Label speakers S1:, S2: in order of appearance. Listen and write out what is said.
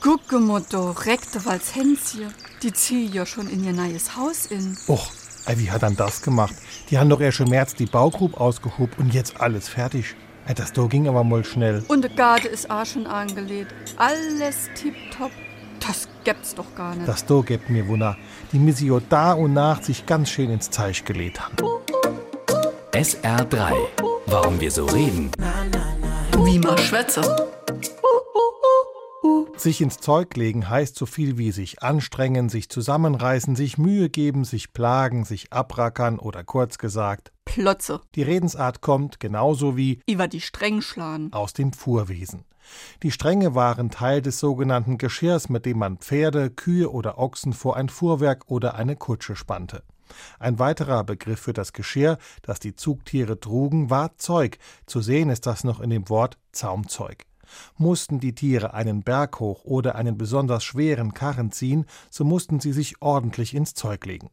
S1: Gucke mal da, rekte als Hänschen. Die ziehen ja schon in ihr neues Haus in.
S2: Och, ey, wie hat dann das gemacht? Die haben doch erst im März die Baugrube ausgehobt und jetzt alles fertig. Ey, das da ging aber mal schnell.
S1: Und der Garde ist auch schon angelegt. Alles tipptopp. Das gibt's doch gar nicht.
S2: Das da gibt mir Wunder. Die Missio da und nach sich ganz schön ins Zeich gelegt haben.
S3: SR3. Warum wir so reden.
S4: Wie man schwätze.
S2: Sich ins Zeug legen heißt so viel wie sich anstrengen, sich zusammenreißen, sich Mühe geben, sich plagen, sich abrackern oder kurz gesagt,
S1: Plötze.
S2: die Redensart kommt genauso wie
S1: Iwa die streng schlagen.
S2: aus dem Fuhrwesen. Die Stränge waren Teil des sogenannten Geschirrs, mit dem man Pferde, Kühe oder Ochsen vor ein Fuhrwerk oder eine Kutsche spannte. Ein weiterer Begriff für das Geschirr, das die Zugtiere trugen, war Zeug. Zu sehen ist das noch in dem Wort Zaumzeug. Mussten die Tiere einen Berg hoch oder einen besonders schweren Karren ziehen, so mussten sie sich ordentlich ins Zeug legen.